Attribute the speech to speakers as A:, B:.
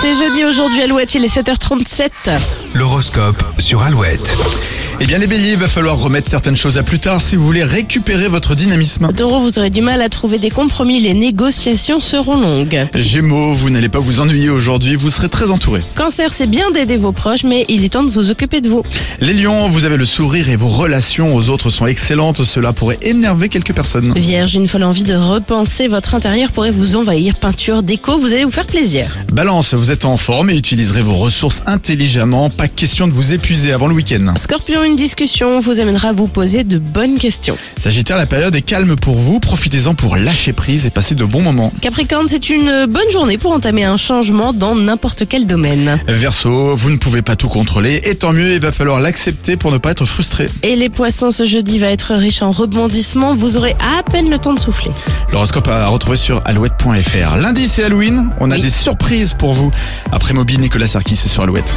A: C'est jeudi aujourd'hui, Alouette, il est 7h37.
B: L'horoscope sur Alouette.
C: Eh bien les béliers, il va falloir remettre certaines choses à plus tard si vous voulez récupérer votre dynamisme.
A: Taureau, vous aurez du mal à trouver des compromis, les négociations seront longues.
C: Gémeaux, vous n'allez pas vous ennuyer aujourd'hui, vous serez très entouré.
A: Cancer, c'est bien d'aider vos proches, mais il est temps de vous occuper de vous.
C: Les lions, vous avez le sourire et vos relations aux autres sont excellentes, cela pourrait énerver quelques personnes.
A: Vierge, une folle envie de repenser votre intérieur pourrait vous envahir. Peinture, déco, vous allez vous faire plaisir.
C: Balance, vous êtes en forme et utiliserez vos ressources intelligemment, pas question de vous épuiser avant le week-end.
A: Scorpion, une discussion vous amènera à vous poser de bonnes questions.
C: Sagittaire, la période est calme pour vous, profitez-en pour lâcher prise et passer de bons moments.
A: Capricorne, c'est une bonne journée pour entamer un changement dans n'importe quel domaine.
C: Verseau, vous ne pouvez pas tout contrôler et tant mieux, il va falloir l'accepter pour ne pas être frustré.
A: Et les poissons, ce jeudi va être riche en rebondissements, vous aurez à peine le temps de souffler.
C: L'horoscope à retrouver sur alouette.fr. Lundi, c'est Halloween. On a
A: Oui.
C: des surprises pour vous. Après Moby, Nicolas Sarkis, c'est sur Alouette.